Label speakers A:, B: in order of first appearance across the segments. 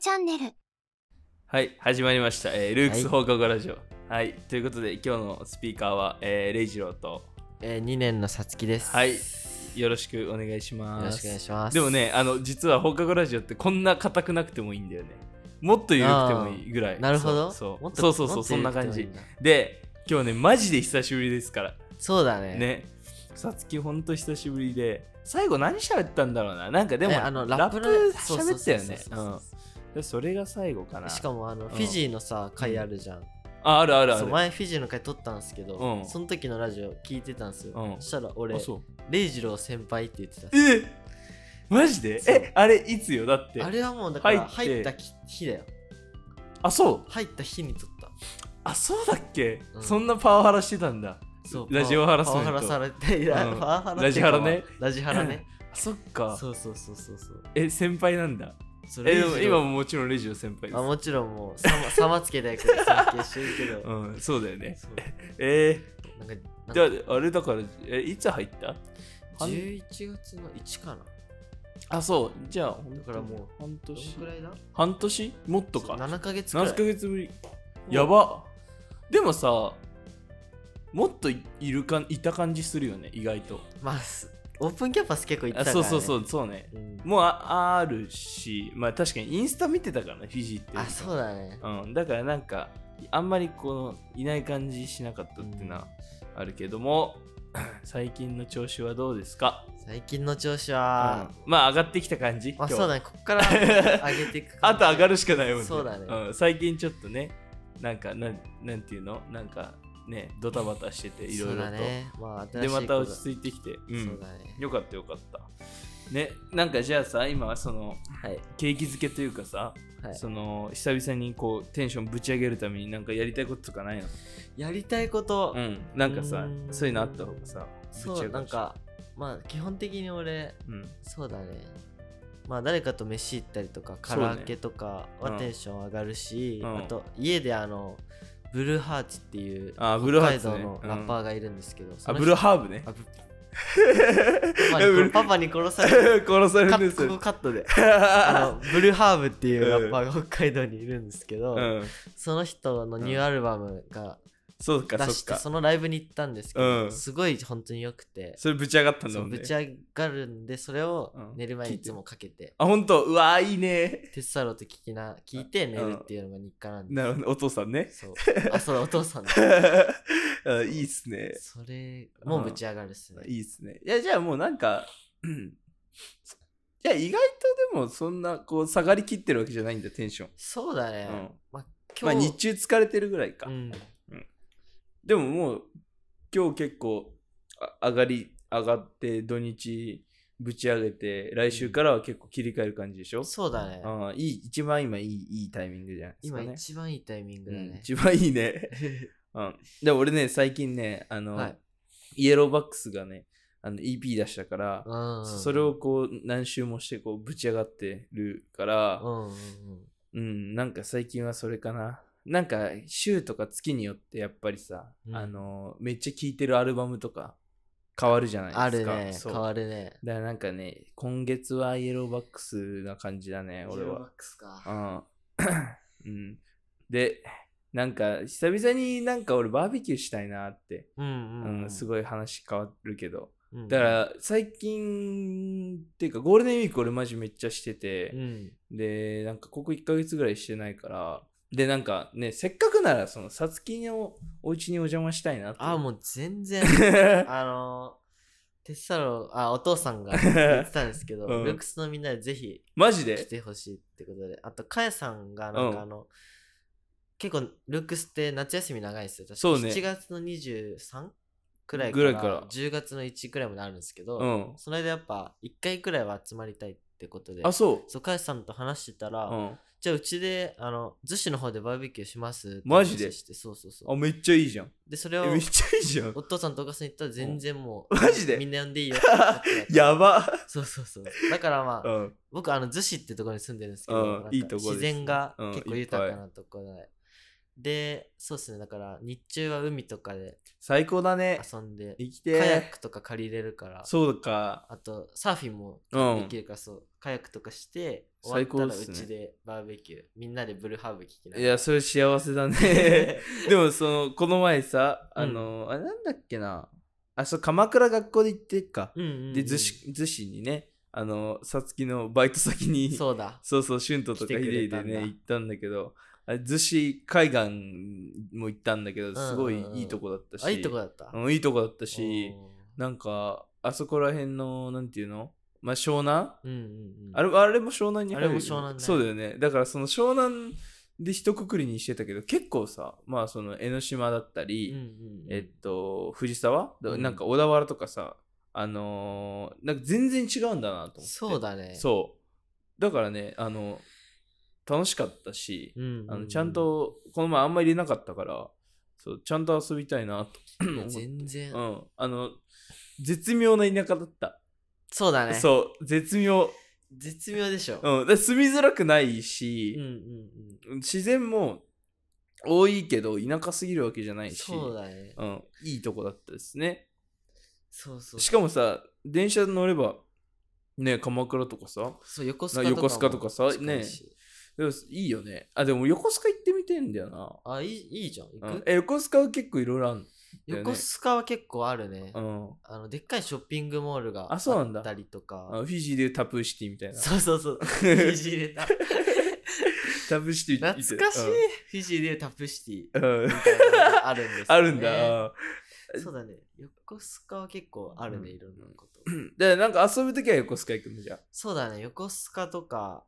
A: チャンネル
B: はい、始まりました。えールークス
C: は
B: 放課後ラジオ。はい、ということで、今日のスピーカーは、えー、レイジローと、
C: えー、2年のさつきです。
B: はい
C: よ
B: よろしくお願いします。
C: ろしくお願いします。
B: でも、ね、あの、実は放課後ラジオってこんな硬くなくてもいいんだよね。もっと緩くてもいいぐらい。
C: なるほど。
B: そう
C: もっと
B: そうそうそう
C: も
B: そう、そ
C: っと
B: んな感
C: 言
B: じ
C: う。人いいだ
B: で、今日ね、マジで久しぶりですから。
C: そうだね。
B: ね。さつきほんと久しぶりで、最後何喋ったんだろうな。なんかでも、
C: ねあの
B: ラップ
C: のそうそう
B: 喋ったよね
C: そうそうそう。
B: うん。それが最後かな。
C: しかもあの
B: ん
C: フィジーのさ回あるじゃん、
B: あ、あるあるあ
C: そう
B: る。
C: 前フィジーの回撮ったんですけど、
B: うん
C: その時のラジオ聞いてたんですよ、
B: うん
C: そしたら俺
B: あ、そう。
C: レイジロー先輩って言ってた
B: えマジで
C: そう
B: えあれいつよだって
C: あれはもうだから
B: 入って
C: 入ったき日だよ
B: あそう
C: 入った日に撮った
B: あそうだっけ、
C: うん
B: そんなパワハラしてたんだ
C: そう
B: ラジオハラス
C: パ
B: メン
C: ワ
B: ト
C: ハラされて、いや
B: うん
C: パワハラって
B: ラジハラね
C: ラジハラね
B: あそっか
C: そうそうそうそうそう
B: え先輩なんだ
C: そ
B: え
C: れ
B: でも今ももちろんレジの先輩で
C: あ
B: す
C: もちろんもうさまさまつけた役で尊敬してるけ ど、
B: うんそうだよね
C: そう
B: え
C: なんか
B: ー、
C: なんか
B: じゃああれだからえいつ入った半
C: 11月の1かな
B: あそうじゃあほんと
C: だからもう
B: 半
C: どの
B: 年
C: くらいだ
B: 半年もっとか
C: 7ヶ月くらい
B: 何ヶ月ぶりやばでもさもっといいるかいた感じするよね意外と
C: まあすオープンキャンパス結構行っ
B: あ
C: てた
B: そ
C: から、
B: う
C: ね、、
B: そうそううそうね
C: ん、
B: もうああるしまあ確かにインスタ見てたからねフィジーって
C: あそうだね
B: うん、だからなんかあんまりこのいない感じしなかったっていうのはあるけども 最近の調子はどうですか
C: 最近の調子は、
B: うんまあ上がってきた感じ
C: ま
B: 今
C: あ
B: 日
C: そうだねこっから 上げていく
B: あと上が
C: る
B: るしかないもんね
C: そうだね
B: ん、最近ちょっとねなんかなんなんていうのなんかねドタバタしてていろいろ
C: そうだ
B: と、
C: ねまあ新し
B: で
C: いこ
B: ま
C: と
B: た落ち着いてきて、うん
C: そうだね
B: よかったよかったねなんかじゃあさ今はその
C: はい
B: 景気づけというかさ、
C: はい
B: その久々にこうテンションぶち上げるためになんかやりたいこととかないの
C: やりたいこと、
B: うんなんかさ
C: うーん
B: そういうのあった方がさぶち
C: そ
B: 上
C: う
B: が
C: な
B: る
C: ん
B: し
C: かまあ基本的に俺
B: うん
C: そうだねまあ誰かと飯行ったりとかカラオケとか
B: う
C: は
B: ん
C: テンション上がるし、
B: うん
C: あと家であのブルーハーツっていう
B: あーブルーハ
C: 北
B: ー
C: 海
B: ツね
C: 道のラッパーがいるんですけど、そ
B: あ
C: の
B: ブ
C: 人
B: ルーハーブね
C: あぶパパに
B: ブ ル
C: こパパに殺される
B: 殺され
C: カ
B: るん
C: ッ
B: で
C: ト
B: す
C: ここカッ トであのブルーハーブっていうラッパーが北海道にいるんですけど、
B: うん
C: その人のニューアルバムが
B: そうか
C: 出
B: そ
C: し
B: ってか
C: そのライブに行ったんですけど、
B: うん
C: すごい本当に良くて
B: それぶち上がったんだ
C: そ
B: も
C: うん
B: ね
C: ぶち上がるんでそれを
B: うん
C: 寝る前に
B: 聞い
C: い
B: て
C: つもかけて
B: あ本当うわーいいね
C: テスサロと聞きな聞いて寝るっていうのが日課なんで、
B: なるほどお父さんね
C: そうあそうだお父さんだ
B: あいいっすね
C: それもぶち上がるっすね、
B: いいっすね。いや、じゃあもうなんか、うんいや、意外とでもそんな、こう、下がりきってるわけじゃないんだ、テンション。
C: そうだね、
B: うん
C: まあ
B: ま
C: 今
B: あ、
C: 日、
B: 日中疲れてるぐらいか。
C: うん、
B: でももう、今日結構、あ上がり、上がって、土日、ぶち上げて、来週からは結構切り替える感じでしょ、
C: そうだね
B: ああいい、一番今いい、いいタイミングじゃないですか
C: 今
B: ね。
C: 一番いいタイミングだ
B: うん、
C: ね、
B: 一番いい ね。うん。で、俺ね、最近ね、あの、
C: はい
B: イエローバックスがね、あの EP 出したから、
C: うん、
B: それをこう何周もしてこうぶち上がってるから
C: う、んうんうん
B: うん、なんか最近はそれかな。なんか週とか月によってやっぱりさ、
C: うん
B: あのめっちゃ聴いてるアルバムとか変わるじゃな
C: あ
B: いで
C: る
B: すか。
C: ね
B: そう
C: 変わるね
B: だからなんかね、今月はイエローバックスな感じだね、俺
C: イエローバ
B: は
C: ッ。クスか
B: うん、うん。で、なんか久々になんか俺バーベキューしたいなって、
C: うん
B: う
C: うん、
B: んすごい話変わるけど。
C: うん
B: だから最近っていうかゴールデンウィーク俺マジめっちゃしてて
C: う、ん
B: でなんかここ1ヶ月ぐらいしてないからでなんかねせっかくならそのさつきのお家にお邪魔したいなって
C: あもう全然あのテッサロあお父さんが言ってたんですけど、
B: うん
C: ルックスのみんなでぜひ
B: マジ
C: 来
B: で
C: てほしいってことであとかやさんがなん
B: うん
C: かあの、結構ルックスって夏休み長いんですよ確か
B: そうね
C: 7月の 23? くらいか
B: ぐ
C: ら
B: らいから
C: 10月の1くらいまであるんですけど、
B: うん
C: その間やっぱ1回くらいは集まりたいってことで
B: あそ
C: そうかやさんと話してたら、
B: う、うん、
C: じゃあうちであの逗子の方でバーベキューしますって
B: マジで
C: 話してそうそうそ
B: あ
C: う
B: めっちゃいいじゃん
C: でそれを
B: えめっちゃいいじゃん
C: お父さんとお母さんに言ったら全然もう、
B: うんマジで
C: みんな呼んでいいよってなって
B: やば、
C: そうそうそうだからまあ、
B: うん、
C: 僕あの逗子ってところに住んでるんですけ
B: う
C: ど
B: ん、
C: なんか
B: いいとこです
C: 自然が
B: うん
C: 結構
B: いっぱい
C: 豊かなところで、で、そうですね、だから日中は海とかで
B: 最高だね。
C: 遊んで、
B: 生き
C: カヤッ
B: て
C: クとか借りれるから、
B: そうか。
C: あとサーフィンも
B: う
C: で
B: ん
C: き。るから、そう、カヤックとかして、終
B: 最高
C: わっ
B: った
C: らう
B: すね
C: ちでバーベキュー、みんなでブルーハーブ聞きなが
B: い
C: ら。
B: や、それ幸せだ ね。でも、その、この前さ、
C: うん
B: あの、あれなんだっけな。あ、そう、鎌倉学校で行ってっか。
C: うんうんうん
B: で、逗子逗子にね、あの、さつきのバイト先に、
C: そうだ。
B: そうそう、シュントとか
C: 来て
B: ヒ
C: く
B: デ
C: れ
B: イ
C: た
B: で
C: んだ
B: ね、行ったんだけど、あれ逗子海岸も行ったんだけど、すご
C: う
B: い
C: んうんうん
B: いいとこだったし、
C: あ、いいとこだった。
B: うんいいとこだったし、
C: おー
B: なんか、あそこら辺の、なんていうのまあ、湘南
C: うんうんうん。
B: あれあれも湘南に入る
C: あれも湘南ね
B: そうだよね。だからその湘南で一括りにしてたけど、結構さ、まあその江ノ島だったり、
C: うんうんうん
B: えっと、藤沢、だ
C: うん
B: なんか小田原とかさ、あのーなんか全然違うんだなと思って。
C: そうだね。
B: そう。だからね、あの、楽しかったし、
C: うんうんうん。
B: あのちゃんと、この前あんまり入れなかったから、そうちゃんと遊びたいなと
C: い
B: 思っ
C: や。
B: て。
C: 全然
B: う。ん。あの、絶妙な田舎だった。
C: そうだね。
B: そう、絶妙。
C: 絶妙でしょ。
B: うん、で住みづらくない
C: うんう
B: し、
C: ん
B: 自然も多いけど田舎すぎるわけじゃな
C: う
B: い
C: ん。
B: し
C: そうだね。
B: うん、いいとこだったですね
C: そうそう。
B: しかもさ電車乗ればね鎌倉とかさ
C: そう横須賀
B: な
C: とかも
B: 横須賀とかさ
C: 近いし
B: でもいいよねあでも横須賀行ってみてんだよな
C: あいいいいじゃん行く、
B: うん、え横須賀は結構いろいろあるだよね
C: 横須賀は結構あるね、
B: うん
C: あのでっかいショッピングモールがあ
B: あそうなんだ
C: ったりと
B: あ
C: か
B: のフィジーでいうタプーシティみたい な
C: そうそうそうフィジー でタ
B: タプーシティ行って
C: 懐かしい、フィジーでタプシティ
B: う
C: み
B: ん、うん、
C: たいなのがあるんですよね、
B: あるんだ、うん
C: そうだね横須賀は結構あるね、いろんなこと
B: でなんか遊ぶときは横須賀行くのじゃあ
C: そうだね横須賀とか、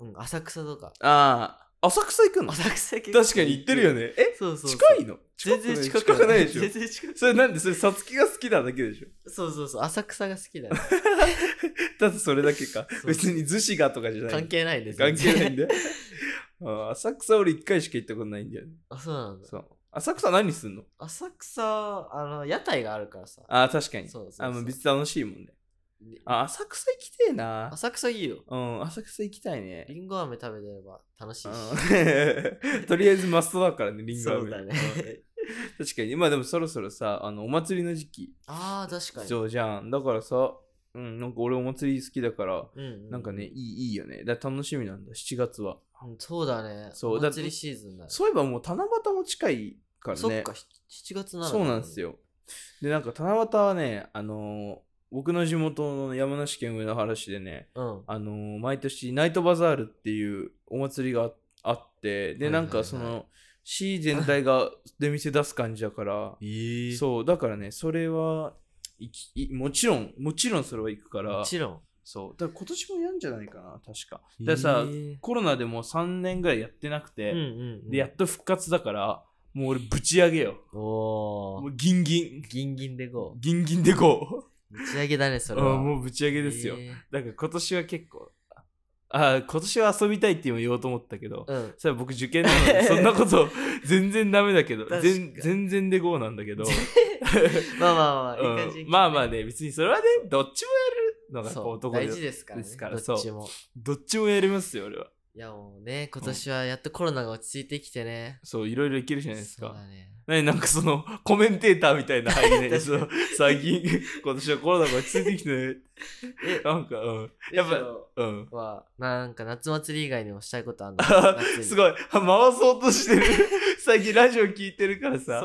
C: うん、浅草とか
B: あー浅草行くの
C: 浅草結構
B: 確かに行ってるよねえ
C: そうそうそう
B: 近いの
C: 全然近く
B: 近くないでしょ
C: 全然近く
B: それなんでそれさつきが好きなだけでしょ
C: そうそうそう浅草が好きだね
B: だってそれだけか
C: そう
B: 別に逗子がとか じゃない
C: 関係ないです
B: 関係ないんだようん浅草俺一回しか行ったことないんだよね
C: あ そうなんだ
B: そう浅草何すんの
C: 浅草あの屋台があるからさ
B: あー確かに
C: そうそうそう
B: あもう別に楽しいもんね
C: で
B: あ浅草行きてえな
C: 浅草いいよ
B: うん浅草行きたいね
C: りんご飴食べてれば楽しいし、
B: うんとりあえずマストだからねリンゴ飴
C: そうだね
B: うん確かにまあでもそろそろさあのお祭りの時期
C: ああ確かに
B: そうじゃんだからさうんなんか俺お祭り好きだから
C: うんうん
B: なんかね、いいいいよね。だから楽しみなんだ、7月は。
C: うんそうだね
B: そう
C: お
B: だって
C: 祭りシーズンだね
B: そういえばもう七夕も近いからね。
C: そっか7月なの
B: そうなんですよ。で、なんか七夕はね、あのー僕の地元の山梨県上野原市でね、
C: うん
B: あのー毎年ナイトバザールっていうお祭りがあって、で、
C: はいはいはい
B: なんかその、市全体 が出店出す感じだから、
C: ええ
B: そう、だからね、それは、行きいもちろん、もちろんそれは行くか
C: も
B: ら、
C: ちろん
B: そう。だから今年もやんじゃないかな、確か。だからさ
C: えー
B: コロナでもう3年ぐらいやってなくて、
C: うんうんうん
B: でやっと復活だからもう俺ぶち上げよ
C: お
B: も
C: お
B: うギンギン
C: ギンギンでこ
B: ギンギンでこ
C: う打ち上げだねそうれは
B: うんもうぶち上げですよ、
C: えー
B: だから今年は結構あ今年は遊びたいって今言おうと思ったけど、
C: うん
B: それは僕受験なの でそんなこと全然ダメだけど
C: 確かに
B: 全全然でこうなんだけど、
C: まあまあまあ、いい感じ
B: う
C: に
B: ん、まあまあね別にそれはねどっちもやるのが
C: そ
B: こ
C: う
B: う男で
C: 大事ですからね。
B: ですから
C: どっちも。
B: どっちもやりますよ俺はい
C: やもうね、今年はやっとコロナが落ち着いてきてね。
B: そういろいろいけるじゃないですか
C: そうだね。
B: 何なんかそのコメンテーターみたいな入りね
C: 確かに
B: そう最近今年はコロナが落ち着いてきてねなんかうんやっぱうん
C: ぱは、なんか夏祭り以外にもしたいこと あるの
B: す
C: い
B: ごい回そうとしてる 最近ラジオ聞いてるからさ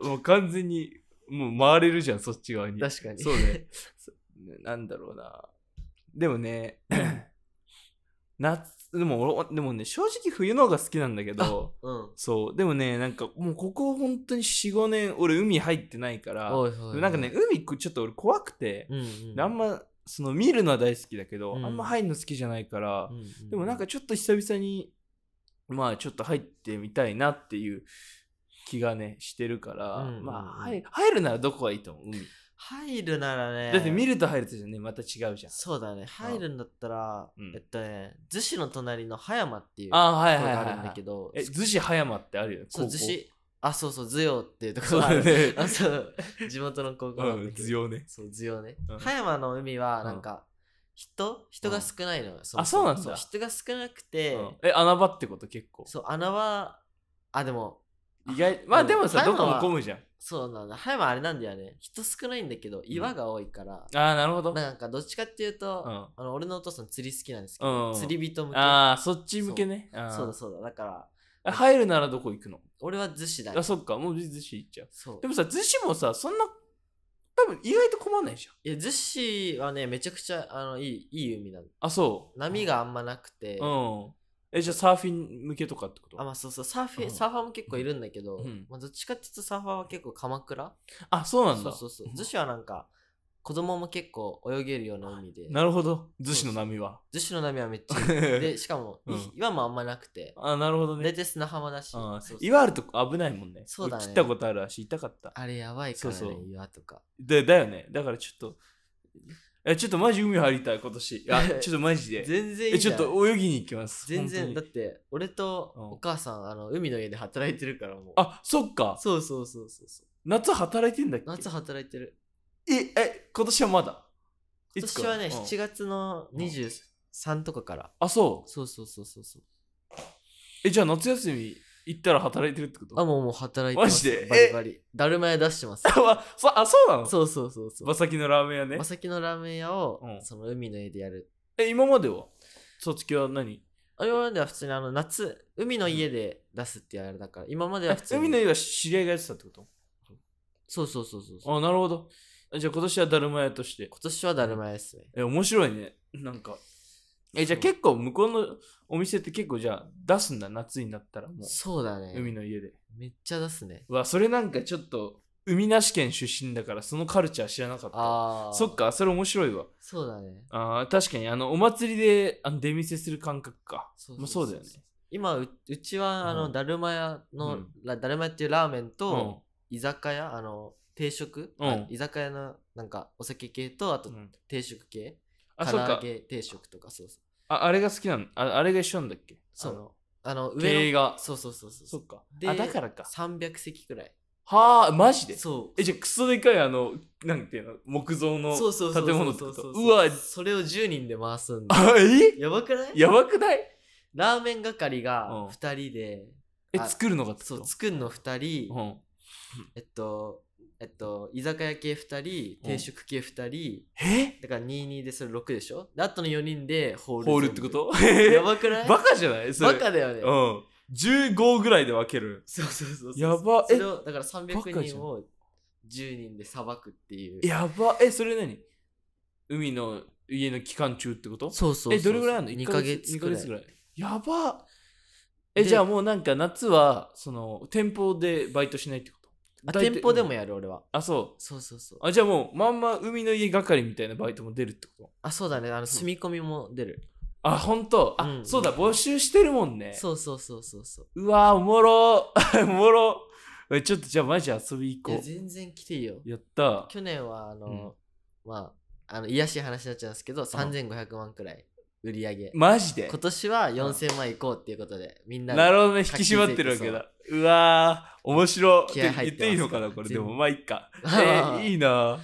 C: そ
B: もう完全にもう回れるじゃんそっち側に
C: う、確かに。
B: そう ねそなんだろうなでもね 夏でも俺でもね正直冬の方が好きなんだけど
C: うん。
B: そうでもねなんかもうここ本当に45年俺海入ってないから
C: おいおいおい
B: なんかね、、海こちょっと俺怖くて、
C: うんうん、
B: あんまその見るのは大好きだけど、
C: うん
B: あんま入るの好きじゃないから、
C: うんうん、
B: でもなんかちょっと久々にまあちょっと入ってみたいなっていう気がねしてるから、
C: うんうんうん
B: まあ入入るならどこがいいと思う海、
C: 入るならね、
B: だって見ると入るとじゃねまた違うじゃん、
C: そうだね、入るんだったら、
B: うん
C: えっとね、逗子の隣の葉山っていうとこ
B: ああはい
C: ろ
B: はいは
C: が
B: い、
C: あるんだ
B: は
C: け
B: い、
C: ど、
B: え逗子葉山ってあるよね
C: そう、
B: 高校
C: 逗子、あ、そうそう、図陽っていうとこ
B: そ
C: ろ
B: う
C: があ
B: だ
C: る
B: ね
C: あそう 地元の高校なん
B: う
C: だ
B: ん
C: けど、
B: 図様ね
C: そう図陽ね、
B: うん
C: 葉山の海はなんか人、人が少ないのよ、もも
B: あそうなんだ
C: 人が少なくて、
B: うんえ穴場ってこと結構
C: そう穴場あ、でも、
B: 意外、まあでもさ、
C: で
B: ど
C: も
B: こも混むじゃん。
C: そうなんだ。葉山あれなんだよね。人少ないんだけど、岩が多いから、
B: ああ、なるほど。
C: なんかどっちかっていうと、
B: うん
C: あの俺のお父さん釣り好きなんですけ
B: うん
C: ど、
B: うん
C: 釣り人向け。
B: ああ、そっち向けね。あー
C: そうだそうだ。だから、
B: あ入るならどこ行くの
C: 俺は逗子だね
B: あ、。そっか、もう逗子行っちゃう。
C: そう
B: で。もさ、逗子もさ、そんな、多分意外と困んないじゃん。
C: いや、逗子はね、めちゃくちゃ、あの、いい、いい海なの。
B: あ、そう。
C: 波があんまなくて、
B: うん。え、じゃあサーフィン向けとかってこと
C: あ、まあそうそう、サーフィン、
B: うん
C: サーファーも結構いるんだけ
B: う
C: ど、
B: ん
C: まあ、どっちかっていうとサーファーは結構鎌倉
B: あ、そうなんだ。
C: そうそうそう。逗子はなんか、子供も結構泳げるような海で、
B: なるほど。逗子の波は。
C: 逗子の波はめっちゃいい。 で、しかも、い
B: うん
C: 岩もあんまなくて、
B: あ、なるほど
C: 大
B: ね。
C: 体砂浜だし、
B: あ
C: そうそう
B: 岩あると危ないもんね。
C: そうだね
B: 俺切ったことあるし、痛かった。
C: あれやばいからね、
B: そうそう
C: 岩とか。
B: で、だよね。だからちょっと、え、ちょっとマジ海入りたい、今年。あ、 ちょっとマジで。
C: 全然いい
B: え、ち
C: じゃ
B: ょっ
C: ん
B: と泳ぎに行きます。
C: 全然、
B: 本
C: だ
B: 当
C: っ
B: に。
C: て、俺と
B: うん
C: お母さん、あの、海の家で働いてるからもう。
B: あ、そっか。
C: そうそうそうそうそう。
B: 夏働いてんだっけ
C: 夏働いてる。
B: え、え、今年はまだ。い
C: 今
B: つ
C: 年
B: から
C: はね、
B: うん
C: 7月の
B: うん
C: 23とかから。
B: あ、そう。
C: そうそうそうそうそう。
B: え、じゃあ夏休み行ったら働いてるってこと
C: あ、もうもう働いてます。
B: マジで
C: バリバリ。だるま屋出してます。
B: あ、そあそうなの
C: そうそうそうそう。
B: 馬先のラーメン屋ね
C: ま。さきのラーメン屋を、
B: うん
C: その海の家でやる。
B: え、今までは卒業は何
C: あ今までは普通にあの夏、海の家で出すってやるだから、今までは
B: え
C: 普通に。
B: 海の家は知り合いがやってたってこ
C: そうそうそうそうそう。
B: とあ、なるほど。えじゃあ今年はだるま屋として。
C: 今年はだるま屋ですね。
B: え、面白いね。なんか。え、じゃあ結構向こうのお店って結構じゃあ出すんだ、夏になったらもう。
C: そうだね。
B: 海の家で。
C: めっちゃ出すね。
B: うわ、それなんかちょっと、海なし県出身だからそのカルチャー知らなかった。
C: ああ。
B: そっ。か、それ面白いわ。
C: そうだね。
B: あー確かに、あの、お祭りであの出店する感覚か。
C: そ
B: まあそうだよね。
C: 今う、うちは、あ
B: う
C: の、
B: ん
C: だるま屋の、
B: うん
C: らだるま屋っていうラーメンと、
B: うん。
C: 居酒屋あの定食、
B: うん
C: あ居酒屋のなんかお酒系とあと
B: うん
C: 定食系、
B: あ、
C: 唐
B: そっ
C: 揚
B: か。
C: げ定食とかそうそう
B: ああれが好きなのああれが一緒なんだっけ
C: そう
B: あの
C: あの上の
B: 経営が。
C: そうそうそうそう
B: そっか。
C: で
B: あ、だからか。
C: 300席くらい
B: はあ、マジで
C: そう
B: え、じゃあクソでかいあの、なんていうの、木造の
C: そうそうそう
B: 建物って
C: そ
B: こ
C: うそ
B: と
C: う
B: うわ、
C: それを10人で回すんだ
B: あ、え
C: やばくない
B: やばくない
C: ラーメン係
B: うん
C: が2人で、
B: え、
C: あ
B: 作るのがってこ
C: そ
B: と
C: う作んの2人、
B: うん。
C: えっとえっと居酒屋系2人
B: うん
C: 定食系2人
B: え
C: だから22でそれ6でしょであとの4人でホール
B: ホールっ
C: 全
B: て
C: 部
B: こと
C: やばくない
B: バカじゃないそれ
C: バカだよね。
B: うん。15ぐらいで分ける。
C: そうそうそうそう。
B: やば
C: え。
B: え
C: それをだから
B: バカ
C: 300
B: じゃ
C: 人
B: ん
C: を10人で裁くっていう。
B: やば。え、それ何海の家の期間中ってこと
C: そうそうそう。
B: え、どれぐらいあるの
C: ?2
B: 一
C: ヶ月
B: 二
C: くらい。
B: ヶ月ぐらい。やばえ、
C: で
B: じゃあもうなんか夏は、その、店舗でバイトしないってこと
C: あ
B: 大体
C: 店舗でも
B: うん
C: やる俺は。
B: あ、そ
C: そうそうそう
B: う。。あ、じゃあもう、まんま海の家係みたいなバイトも出るってこと
C: あ、そうだね。あの、住み込みも出る。
B: あ、ほんとあ、
C: うん
B: そうだ、募集してるもんね。
C: そうそうそうそうそう。
B: うわー、おもろ ーおもろえちょっとじゃあマジ遊び
C: い
B: 行
C: や、
B: こ
C: 全然来ていいよ。
B: う。やった。
C: 去年は、あの、まあ、あの、癒やしい話になっちゃうんですけど、3500万くらい売り上げ。
B: マジで
C: 今年は4000万いこうっていうことで、みんなで
B: なるほどね、引き締まってるわけだ。うわー、面白い。
C: 気合入ってます
B: 言っていいのかな、これ。
C: 全
B: で
C: 部
B: も、まあ、いっ か。えーいいな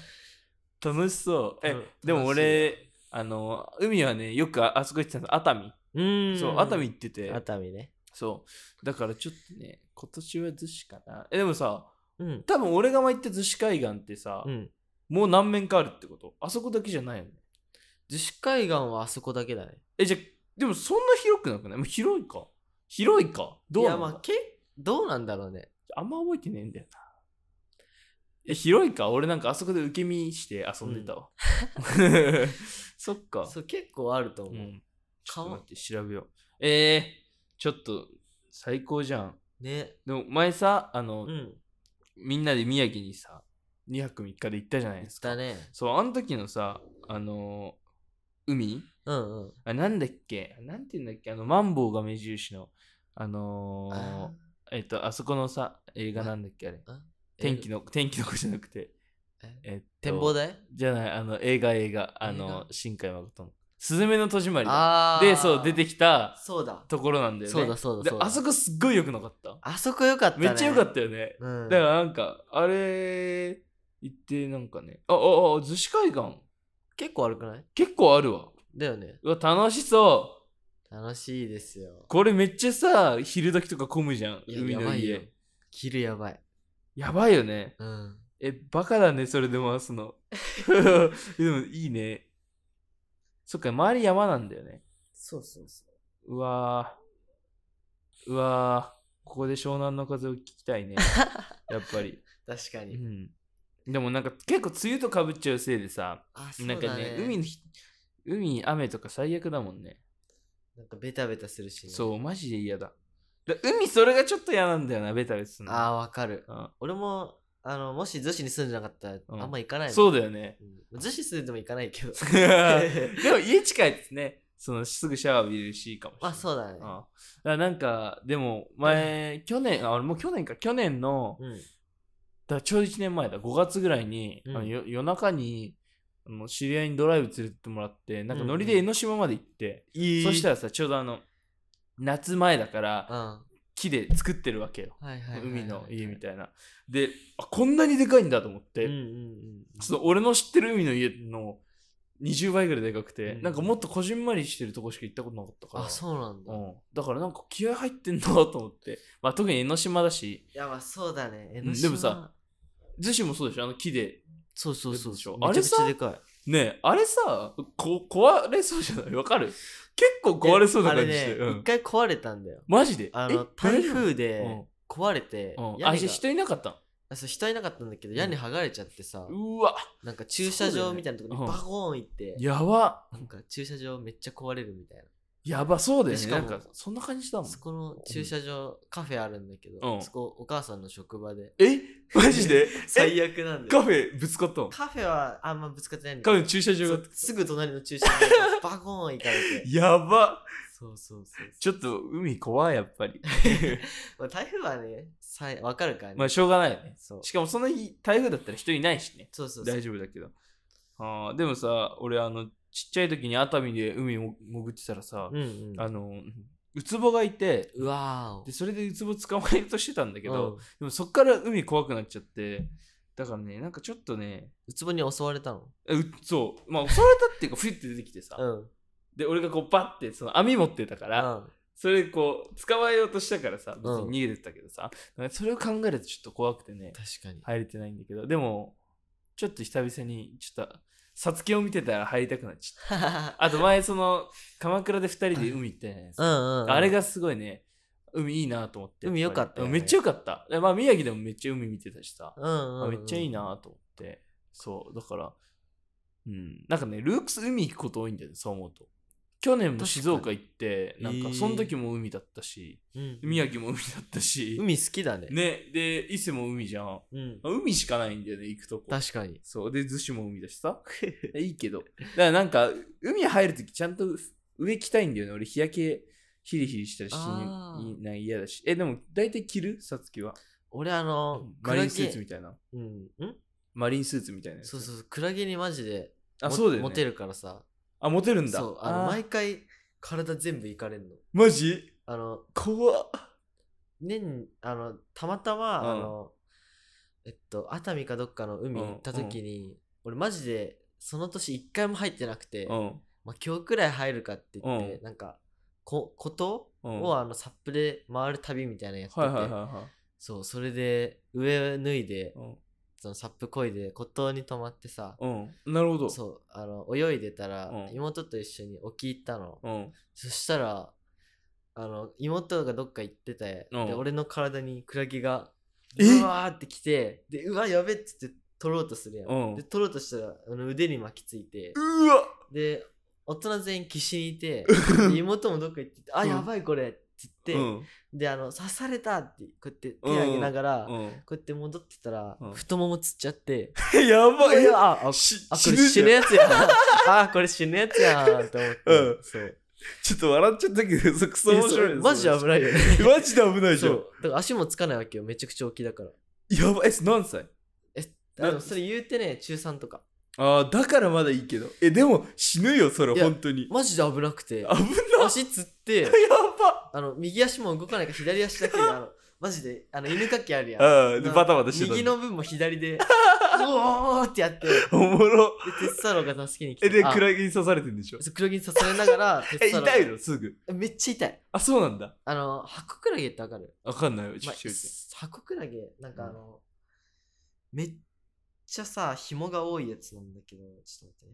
B: 楽しそう。え、
C: うん
B: でも俺、あの、海はね、よくああそこ行ってたの、熱海。
C: うーん。
B: そう、熱海行ってて、
C: 熱海ね。
B: そう。だからちょっとね、今年は逗子かな。え、でもさ、
C: うん。
B: 多分俺が前行った逗子海岸ってさ、
C: うん。
B: もう何面かあるってことあそこだけじゃないよね。
C: 自主海岸はあそこだけだね。
B: え、じゃあ、でもそんな広くなくないもう広いか。広いか。どう
C: い
B: な
C: や
B: んだ
C: まあけどうなんだろうね。
B: あんま覚えてねえんだよな。え、広いか俺なんかあそこで受け身して遊んでたわ。 そっか。
C: そう結構あると思
B: う
C: う。
B: ん。ちょっ
C: 顔
B: と待って、調べよう。えー、ちょっと、最高じゃん。
C: ね。
B: でも前さ、あの、
C: うん。
B: みんなで宮城にさ、2泊3日で行ったじゃないですか。
C: だね。
B: そう、あの時のさ、あのー海
C: うんうん。
B: あ、なんだっけなんて言うんだっけあの、マンボウが目印の、あのー
C: あ
B: えっと、あそこのさ、映画なんだっけあれ。
C: ーあ
B: 天気の、 天気の子じゃなくて、
C: え
B: えっと、
C: 展望台
B: じゃない、あの、映画映画、あの
C: 映画、
B: 新海誠の。すずめの戸締まりだ。
C: ああ。
B: で、そう、出てきた
C: そうだ。
B: ところなんだよね。
C: そうだそうだそ
B: で
C: うだ。
B: あそこすっごい良くなかった。
C: あそこよかったね。
B: めっちゃ良かったよね。
C: た。うん。
B: だからなんか、あれ、行ってなんかね、あ、あ、あ、逗子海岸、
C: 結構悪くない
B: 結構あるわ。
C: だよね。
B: うわ、楽しそ
C: 楽しいですよ。
B: これめっちゃさ、昼時とか混むじゃん。
C: いや
B: 海
C: や
B: の
C: ばいよ
B: 家。
C: 昼やばい。
B: やばいよね。
C: うん。
B: え、バカだね、それで回すの。 でもいいね。そっか、周り山なんだよね。
C: そうそうそう。
B: うわーうわーここで湘南の風を聞きたいね。やっぱり。
C: 確か
B: う
C: に。
B: ん。でもなんか結構梅雨とかぶっちゃうせいでさ、
C: あ、そうだ
B: なん
C: ね。
B: かね、海の日、海、雨とか最悪だもんね。
C: なんかベタベタするし、ね。う。
B: そう、マジで嫌だ。だ海それがちょっと嫌なんだよな、ベタベタするの。
C: ああ、わかる。
B: あ
C: 俺も、あの、もし逗子に住んでなかったら、
B: うん
C: あんま行かないもん
B: そうだよね。
C: うん逗子住んでも行かないけ ど。
B: でも家近いですね。そのすぐシャワー浴びれるしいいかもしれ
C: ま
B: な
C: あ
B: い。
C: そうだね。
B: ああなんかでも前去年あ俺もう去年か去年の
C: うん。
B: だからちょうど1年前だ5月ぐらいに、
C: うん
B: あのよ夜中にあの知り合いにドライブ連れてってもらってなんかノリで江ノ島まで行って、
C: い
B: そしたらさちょうどあの夏前だから
C: ら、
B: 木で作ってるわけよ、
C: うん。はいはいはいはい。
B: 海の家みたいなであこんなにでかいんだと思って、
C: うんうんうん。
B: その俺の知ってる海の家の20倍ぐらいでかくて、
C: うん
B: なんかもっとこじんまりしてるとこしか行ったことなかったから
C: あ、そうなんだ。
B: う
C: い
B: ん、だからなんか気合入ってんなと思って、 まあ、特に江ノ島だし
C: や、まあそうだね。江
B: ん
C: ノ
B: で
C: 島
B: もさ、逗子もそうでしょあの木で
C: そうそうそう
B: でしょ
C: そう。めちゃくちゃ
B: あれ
C: でかい。
B: ねえあれさこ壊れそうじゃないわかる結構壊れそうな感じし
C: あ
B: て、
C: れね
B: う
C: 一
B: ん、
C: 回壊れたんだよ。
B: マジで
C: あ
B: え
C: の、台風
B: 大
C: で
B: 丈
C: 壊れて
B: 夫、うん、
C: 屋
B: あ
C: 根が
B: 人いなかった
C: あそう人いなかったんだけど、屋根剥がれちゃってさ、
B: のうわ
C: なんか駐車場みたいなところ
B: そう
C: に
B: だよ
C: バ
B: ね
C: コーン行って、
B: やば
C: なんか駐車場めっちゃ壊れるみたい
B: やばそうだよね
C: しか
B: なん
C: も
B: かそんな感じだ
C: な。
B: もん
C: そこの駐車場、カフェあるんだけ
B: う
C: ど、
B: ん
C: そこお母さんの職 場で。
B: えマジで
C: 最悪なんだ
B: カ
C: よ。
B: フェぶつかったの
C: カフェはあんまぶつかってないんだ
B: カフ
C: け
B: ェ
C: ど
B: の駐車場が
C: そうすぐ隣の駐車場 にバコーン行かれて。
B: やば
C: そうそうそうそう。
B: ちょっと海怖いやっぱり
C: まあ、台風はね、さいわかるからね。
B: まあしょうがないよね
C: そう
B: しかもその日台風だったら人いないしね
C: そうそうそう。
B: 大丈夫だけどあーでもさ俺あのちっちゃい時に熱海で海も潜ってたらさ、
C: うんうん。
B: あのウツボがいて
C: うわーお。
B: でそれでウツボ捕まえようとしてたんだけど、
C: うん、
B: でもそっから海怖くなっちゃってだからねなんかちょっとね
C: ウツボに襲われたの
B: えうそうまあ襲われたっていうかフィって出てきてさ、
C: うん。
B: で俺がこうパッてその網持ってたから、
C: うん
B: それでこう捕まえようとしたからさ別
C: うん
B: に逃げてたけどさ、なんかそれを考えるとちょっと怖くてね
C: 確かに。
B: 入れてないんだけどでもちょっと久々にちょっとサツキを見てたら入りたくなっちゃったあと前その鎌倉で2人で海行ったじゃないです
C: う
B: か、
C: んうん。
B: あれがすごいね海いいなと思って
C: 海良かったよね
B: めっちゃ良かったでまあ宮城でもめっちゃ海見てたしさ、
C: うんうん、うん。
B: あめっちゃいいなと思ってそうだからうんなんかねルークス海行くこと多いんだよねそう思うと去年も静岡行って
C: 確か
B: な
C: に
B: んかその時も海だったし、
C: うん。
B: 宮城も海だったし、
C: 海好きだね。
B: ねで伊勢も海じゃん
C: うん。
B: 海しかないんだよね行くとこ
C: 確かに。
B: そうで逗子も海だし さいいけどだからなんか海入るときちゃんと上着たいんだよね俺日焼けヒリヒリしたりし
C: あー
B: いない嫌だしえでも大体着るさつきは
C: 俺あの、
B: マリンスーツみ
C: た。
B: たいない
C: うん。ん
B: マリンスーツみたいなやつ
C: そうそうそう。クラゲにマジで、
B: あ
C: も
B: そうだよね
C: モテるからさ。
B: あモテるんだ
C: そう。あの、
B: ー
C: 毎回、体全部いかれんの。
B: マジ
C: あの、
B: 怖っ
C: 年、あの、たまたま、
B: うん
C: あの、えっと、熱海かどっかの海
B: うん
C: 行った時に、俺マジで、その年一回も入ってなくて、
B: うん
C: まあ、今日くらい入るかって言って、
B: う
C: なんか、こ、こと
B: うん
C: をあの、サップで回る旅みたいなのやってて、
B: はいはいはいは
C: そう、それで、上脱いで
B: い、う
C: そのサップこいで孤島に泊まってさ、
B: ん、うん、なるほど
C: そうあの泳いでたら、
B: うん
C: 妹と一緒に沖行ったの、
B: うん
C: そしたらあの妹がどっか行ってて、
B: うん
C: で俺の体にクラゲが
B: え
C: うわーってきてでうわやべっつって取ろうとするやん、
B: うん
C: で取ろうとしたらあの腕に巻きついて
B: うわ
C: で大人全員岸にい てで妹もどっか行ってて「あ
B: うん
C: やばいこれ」って言
B: う
C: って、
B: ん
C: であの刺されたってこうやって手上げながら、
B: う
C: こ
B: ん
C: うやって戻ってたら、
B: うん
C: 太ももつっちゃって
B: やばい
C: い やああ
B: し
C: あ、こ
B: 死
C: れ
B: ぬじ
C: 死
B: ゃん
C: ぬやつやん。 あ、これ死ぬやつやんって思って。
B: うん
C: そう。
B: ちょっと笑っちゃったけどそクソ面白いね
C: マジで危ないよね。
B: マジで危ないじ
C: そ
B: ゃん。
C: う。だから足もつかないわけよ。めちゃくちゃ大きいだから。
B: やばい、え、何歳な
C: あでもそれ言うてね、中3とか。
B: ああ、だからまだいいけど。え、でも死ぬよ、それ、
C: いや
B: 本当に。
C: マジで危なくて
B: 危。なや
C: 足つって、
B: ば
C: あの、右足も動かないから左足だけで、あの、マジで、あの、犬かきあるやん。
B: ああ、で、
C: な
B: バタバタしてたんだ。
C: 右の分も左で、おーってやって、で、
B: おもろ。
C: テッサロが助けに来
B: え、
C: て。
B: で、
C: あ
B: クラゲに刺されてんでしょ
C: そう黒木に刺されながら、テ
B: え、
C: ッサロ
B: 痛いのすぐ。
C: めっちゃ痛い。
B: あ、そうなんだ。
C: あの、ハコクラゲってわかる
B: わかんないわ。ちょ
C: ま
B: っ
C: あ
B: と教えて。
C: ハコクラゲ、なんかあの、めっちゃさ、紐が多いやつなんだけど、ちょっと待ってね。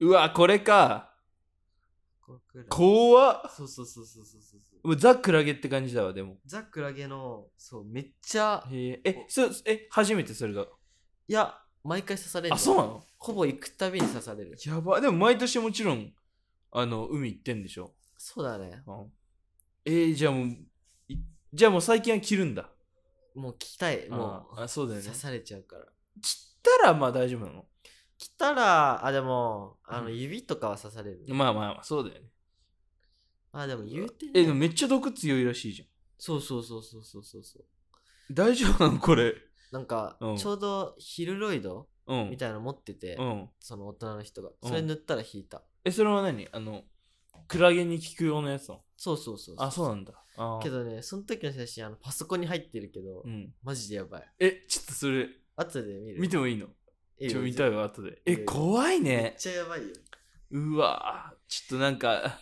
B: うわ、これか。
C: ハコクラゲ
B: 怖っ。
C: そうそうそうそうそうそうそう。
B: もうザ・クラゲって感じだわ、でも。
C: ザ・クラゲの、そう、めっちゃ、
B: へえ、え、そえ初めてそれが。
C: いや、毎回刺されるの。
B: あ、そうなの
C: ほぼ行くたびに刺される。
B: やば。でも毎年もちろん、あの、海行ってんでしょ。
C: そうだね。
B: えー、じゃあもう、いじゃあもう最近は着るんだ。
C: もう着たい。も
B: あーあ、そうだ
C: う、
B: よね
C: 刺。されちゃうから。
B: 着たらまあ大丈夫なの
C: 着たら、あ、でも、あ
B: う
C: の、
B: ん
C: 指とかは刺されるね。
B: まあまあまあ、そうだよね。
C: あ、でも言うてね
B: え、でもめっちゃ毒強いらしいじゃ
C: そうそうそうそうそうそうそう。
B: ん。大丈夫なのこれ。
C: なんか、
B: うん
C: ちょうどヒルロイド
B: うん。
C: みたいなの持ってて、
B: うん。
C: その大人の人が。
B: うん
C: それ塗ったら引いた。
B: え、それは何あの、クラゲに効くようなやつなの
C: そうそうそう
B: あ、そうなんだ。あー
C: けどね、その時の写真、あのパソコンに入ってるけど、
B: うん。
C: マジでやばい。
B: え、ちょっとそれ、
C: 後で見る。
B: 見てもいいの
C: いいよ
B: ちょ、見たいわ、後で。
C: い
B: え、
C: いよ
B: 怖い
C: めっ
B: ね。
C: ちゃやばいよ。
B: うわぁちょっとなんか、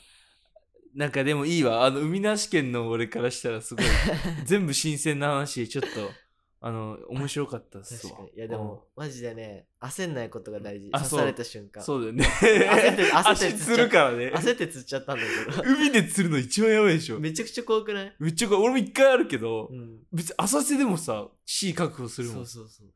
B: なんかでもいいわ。あの、海なし県の俺からしたらす ごい、全部新鮮な話、ちょっと、あの、面白かったっす
C: 確
B: わ
C: かに。いやでも、マジでね、焦んないことが大事。
B: あ
C: 刺
B: そう
C: された瞬
B: うん、
C: 間。
B: そうだよね。
C: 焦って焦って
B: 足つるからね。
C: 焦って釣っちゃったんだけ
B: 海で釣るの一番やばいでしょ
C: ど。。めちゃくちゃ怖くない
B: めっちゃ怖い。俺も一回あるけど、
C: うん。
B: 別に浅瀬でもさ、C 確保するもん。
C: そうそうそう。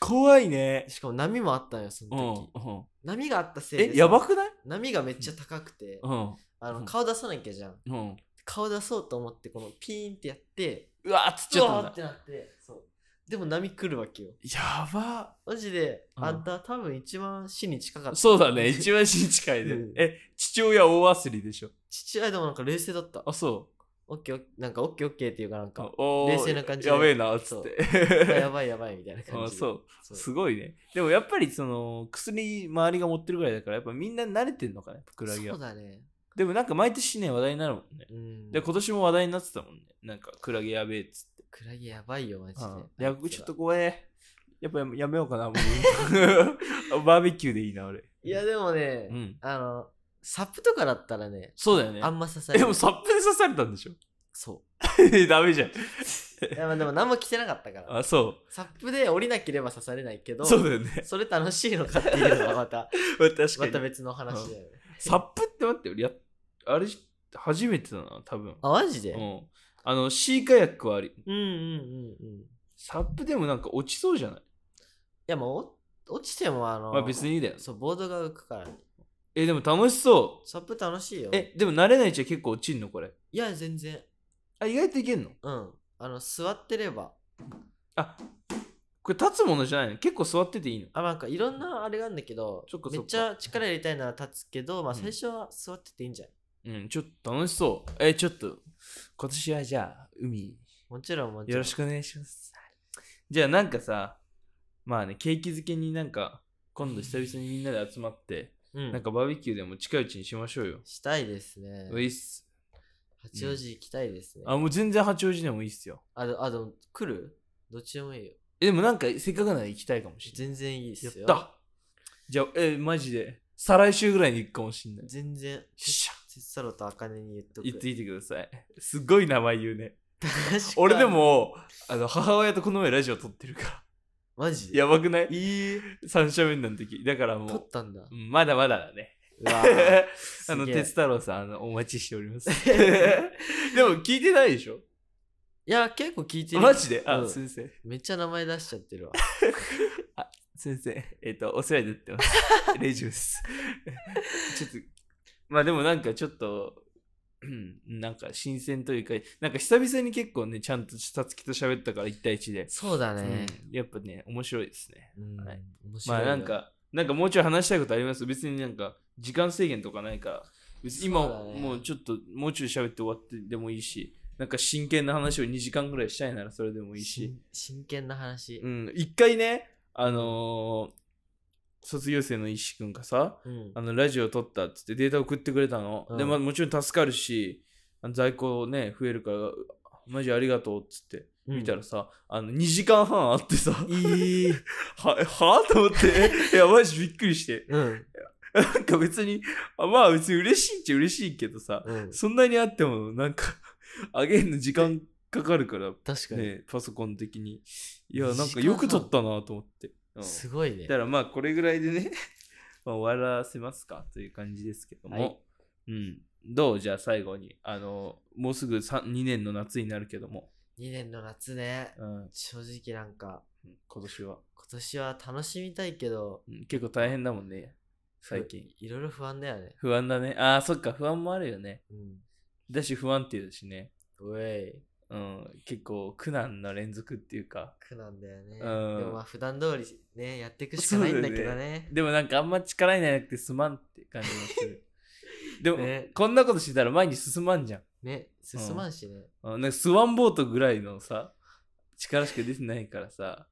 B: 怖いね。
C: しかも波もあったんよ、その
B: うん
C: 時。
B: うん。
C: 波があったせいで
B: え
C: さ。、
B: やばくない
C: 波がめっちゃ高くて、
B: うん。
C: あ
B: うん
C: の顔出さなきゃじゃん。
B: うん。
C: 顔出そうと思って、このピーンってやって、
B: うわ、釣っ
C: ち
B: ち
C: ょ
B: ゃっ
C: った
B: ん
C: とっ
B: だ。
C: てなって、そう。でも波来るわけよ。
B: やば。
C: マジで、
B: うん
C: あんた多分一番死に近かった。
B: そうだ ね。一番新近いで
C: うん。
B: え、父親大焦りでしょ。
C: 父親でもなんか冷静だった。
B: あ、そ
C: オッケーオッケー、なんかオッケーオッケーっていうかなん
B: う
C: か。。
B: おー
C: 冷静な感じで
B: やべえな、つっ
C: あ
B: て。
C: やばいやばいみたいな 感
B: あ
C: じで。
B: そう。
C: そ う
B: すごいね。でもやっぱりその、薬周りが持ってるぐらいだから、やっぱみんな慣れてんのかな、クラゲ
C: そ
B: は。
C: うだね。
B: でもなんか毎年ね、話題になるもんね。
C: うん。
B: で、今年も話題になってたもんね。なんか、クラゲやべえっつって。
C: クラゲやばいよ、マジで。
B: いや、
C: あいつら
B: ちょっと怖え。やっぱややめようかな、もう。 バーベキューでいいな、俺。
C: いや、でもね、
B: うん。
C: あの、サップとかだったらね、
B: そうだよね
C: あ。んま刺さ
B: え
C: れ
B: で
C: ない。
B: もサップで刺されたんでしょ
C: そ
B: ダメじゃん。
C: う。いや、まあでも何も着てなかったから。
B: あ、そ
C: サップで降りなければ刺されないけど、
B: う。そうだよね。
C: それ楽しいのかっていうのはまた、
B: 確か
C: ま
B: に。
C: た別の話だよね。
B: サップって待って、俺やっ、あれ、初めてだな、多分。
C: あ、マジで
B: う
C: うん
B: ん。あの、シーカヤックはあり。
C: うんうんうん。い
B: サップでもなんか落ちそうじゃない
C: や、まあ、お落ちてもあの、
B: まあ別にいいだよ。
C: そう、ボードが浮くからね。
B: え、でも楽しそ
C: サップ楽しいよ
B: う。。え、でも慣れないじゃ結構落ちんのこれ。
C: いや、全然。
B: あ、意外といけんの
C: うん。あの、座ってれば。
B: あ、これ立つものじゃないの結構座ってていいの
C: あ、なんかいろんなあれがあるんだけど
B: そっか、そ
C: め
B: っか
C: っちゃ力入れたいなら立つけど、まあ
B: うん
C: 最初は座ってていいんじゃない
B: うん、ちょっと楽しそう。え、ちょっと、今年はじゃあ、海、
C: もちろんもちろん。
B: よろしくお願いします。じゃあ、なんかさ、まあね、景気づけになんか、今度久々にみんなで集まって、
C: うん。
B: なんかバーベキューでも近いうちにしましょうよ。
C: したいですね。
B: ういっす。
C: 八王子行きたいですね。
B: あ、もう全然八王子でもいいっすよ。
C: あ、であでも来るどっちでもいいよ。
B: え、でもなんか、せっかくなら行きたいかもしれない。
C: 全然いいです
B: やっ
C: よ。
B: たじゃあ、え、マジで、再来週ぐらいに行くかもしんない。よっ
C: 全然。
B: しゃ
C: テッサロとアカネに言っとく。
B: 言っていてください。すごい名前言うね。
C: 確かに
B: 俺で。も、あの、母親とこの前ラジオ撮ってるから。
C: マジで
B: やばくない三者面談の時だからも
C: 取
B: う
C: ったん だ。
B: うんまだまだだ ね
C: うわぁ
B: あ
C: す
B: の
C: げえ
B: 鉄太郎さんあのお待ちしており ますでも聞いてないでしょ
C: いや、結構聞いてる。
B: マジであ、
C: うん
B: 先生
C: めっちゃ名前出しちゃってるわ。
B: 先生えっ、とお世話になって ますレイジュース ちょっとまあでもなんかちょっとうんなんか新鮮というかなんか久々に結構ねちゃんとさつきと喋ったから1対1で、
C: そうだね。
B: うんやっぱね面白いですね
C: うん
B: はい
C: 面白
B: ま
C: い
B: あ
C: よ
B: なんか、なんかもうちょい話したいことあります別になんか時間制限とかないから、別に今
C: そうだね
B: もうちょっともうちょい喋って終わってでもいいし、なんか真剣な話を2時間ぐらいしたいならそれでもいいし、
C: 真真剣な話
B: う。ん、一回ね、あのー卒業生の石君がさ、
C: うん
B: あのラジオ撮ったっつってデータ送ってくれたの。
C: うん
B: で、まあもちろん助かるし、あの在庫ね、増えるから、マジありがとうっつって見たらさ、あの2時間半あってさ、 いいははと思 って、いや、マジびっくりして。
C: うん。
B: なんか別に、あまあ別に嬉しいっちゃ嬉し いけどさ、
C: うん。
B: そんなにあっても、なんか、 あげんの時間かかるから、
C: 確かに。
B: ね、パソコン的に。いや、なん
C: 二時
B: か
C: 間半
B: よく撮ったなと思って。うん
C: すごいね
B: だ。からまあこれぐらいでね、 まあ、終わらせますかという感じですけども、
C: はい
B: うん、どうじゃあ最後にあのもうすぐ2年の夏になるけども、
C: 2年の夏ね。
B: うん、
C: 正直なんか、
B: 今年は、
C: 今年は楽しみたいけど、
B: うん結構大変だもんね最近
C: いろいろ不安だよね。
B: 不安だねあーそっか不安もあるよね
C: うん。
B: だし不安定だしね、
C: うえい。
B: うん、結構苦難の連続っていうか
C: 苦なんだよね。で
B: うん
C: もまあ普段通りね、やっていくしかないんだけどね。
B: でもなんかあんま力にならなくてすまんって感じがする でも、
C: ね
B: こんなことしてたら前に進まんじゃん
C: ね、進まんしね。
B: あなんかスワンボートぐらいのさ力しか出てないからさ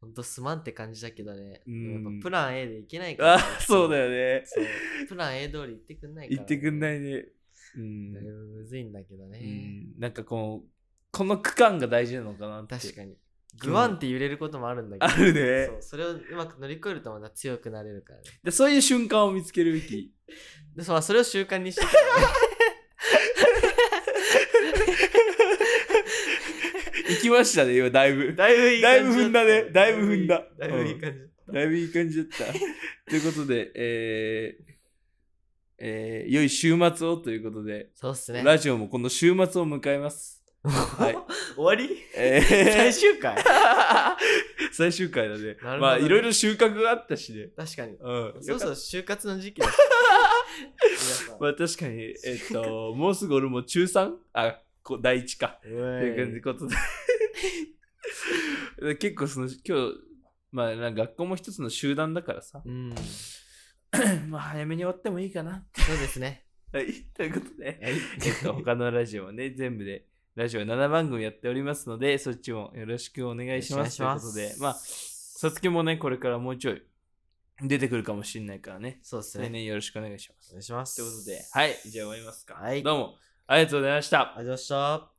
C: ほんとすまんって感じだけどね。
B: うん
C: やっぱプラン A でいけないから、
B: あそうだよね
C: そう。プラン A 通り行ってくんないから、。
B: 言ってくんないいねうん
C: だいぶむずいんだけどね。
B: うんなんかこうこの区間が大事なのかなって
C: 確かに。グワンって揺れることもあるんだけど。
B: あるね
C: そうそれをうまく乗り越えるとまた強くなれるからね。
B: でそういう瞬間を見つけるべき
C: でそうそれを習慣にしていくからね
B: 行きましたね今 だいぶ
C: だいぶいい感じ
B: だいぶ
C: った
B: 踏んだねだいぶ踏んだ
C: だいぶいい感じ。
B: だいぶいい感じだったということでえーえー良い週末をということで、
C: そうっすね。
B: ラジオもこの週末を迎えます。はい。
C: 終わり
B: えー
C: 最終回
B: 最終回だね。
C: ほどね
B: まあいろいろ収穫があったしね。
C: 確かに。
B: うん。
C: そろそろ就活の 時期だし。皆さん
B: まあ確かに、えっと、 もうすぐ俺も中 3? あ、こ第1か。
C: う
B: と
C: えい
B: いう感じことで。 結構その今日、まあなんか学校も一つの集団だからさ。
C: うん。
B: まあ早めに終わってもいいかな。
C: そうですね。
B: はい。ということで、
C: はい。
B: え っと、他のラジオはね、全部で。ラジオ7番組やっておりますので、そっちもよろしくお願いします。
C: お願いします
B: ということで、まあ、さつきもね、これからもうちょい出てくるかもしれないからね、
C: そうです
B: 来
C: ね。
B: 年よろしくお願いします
C: お。願いします。
B: ということで、はい、じゃあ終わりますか。
C: はい
B: どうもありがとうございました。
C: ありがとうございました。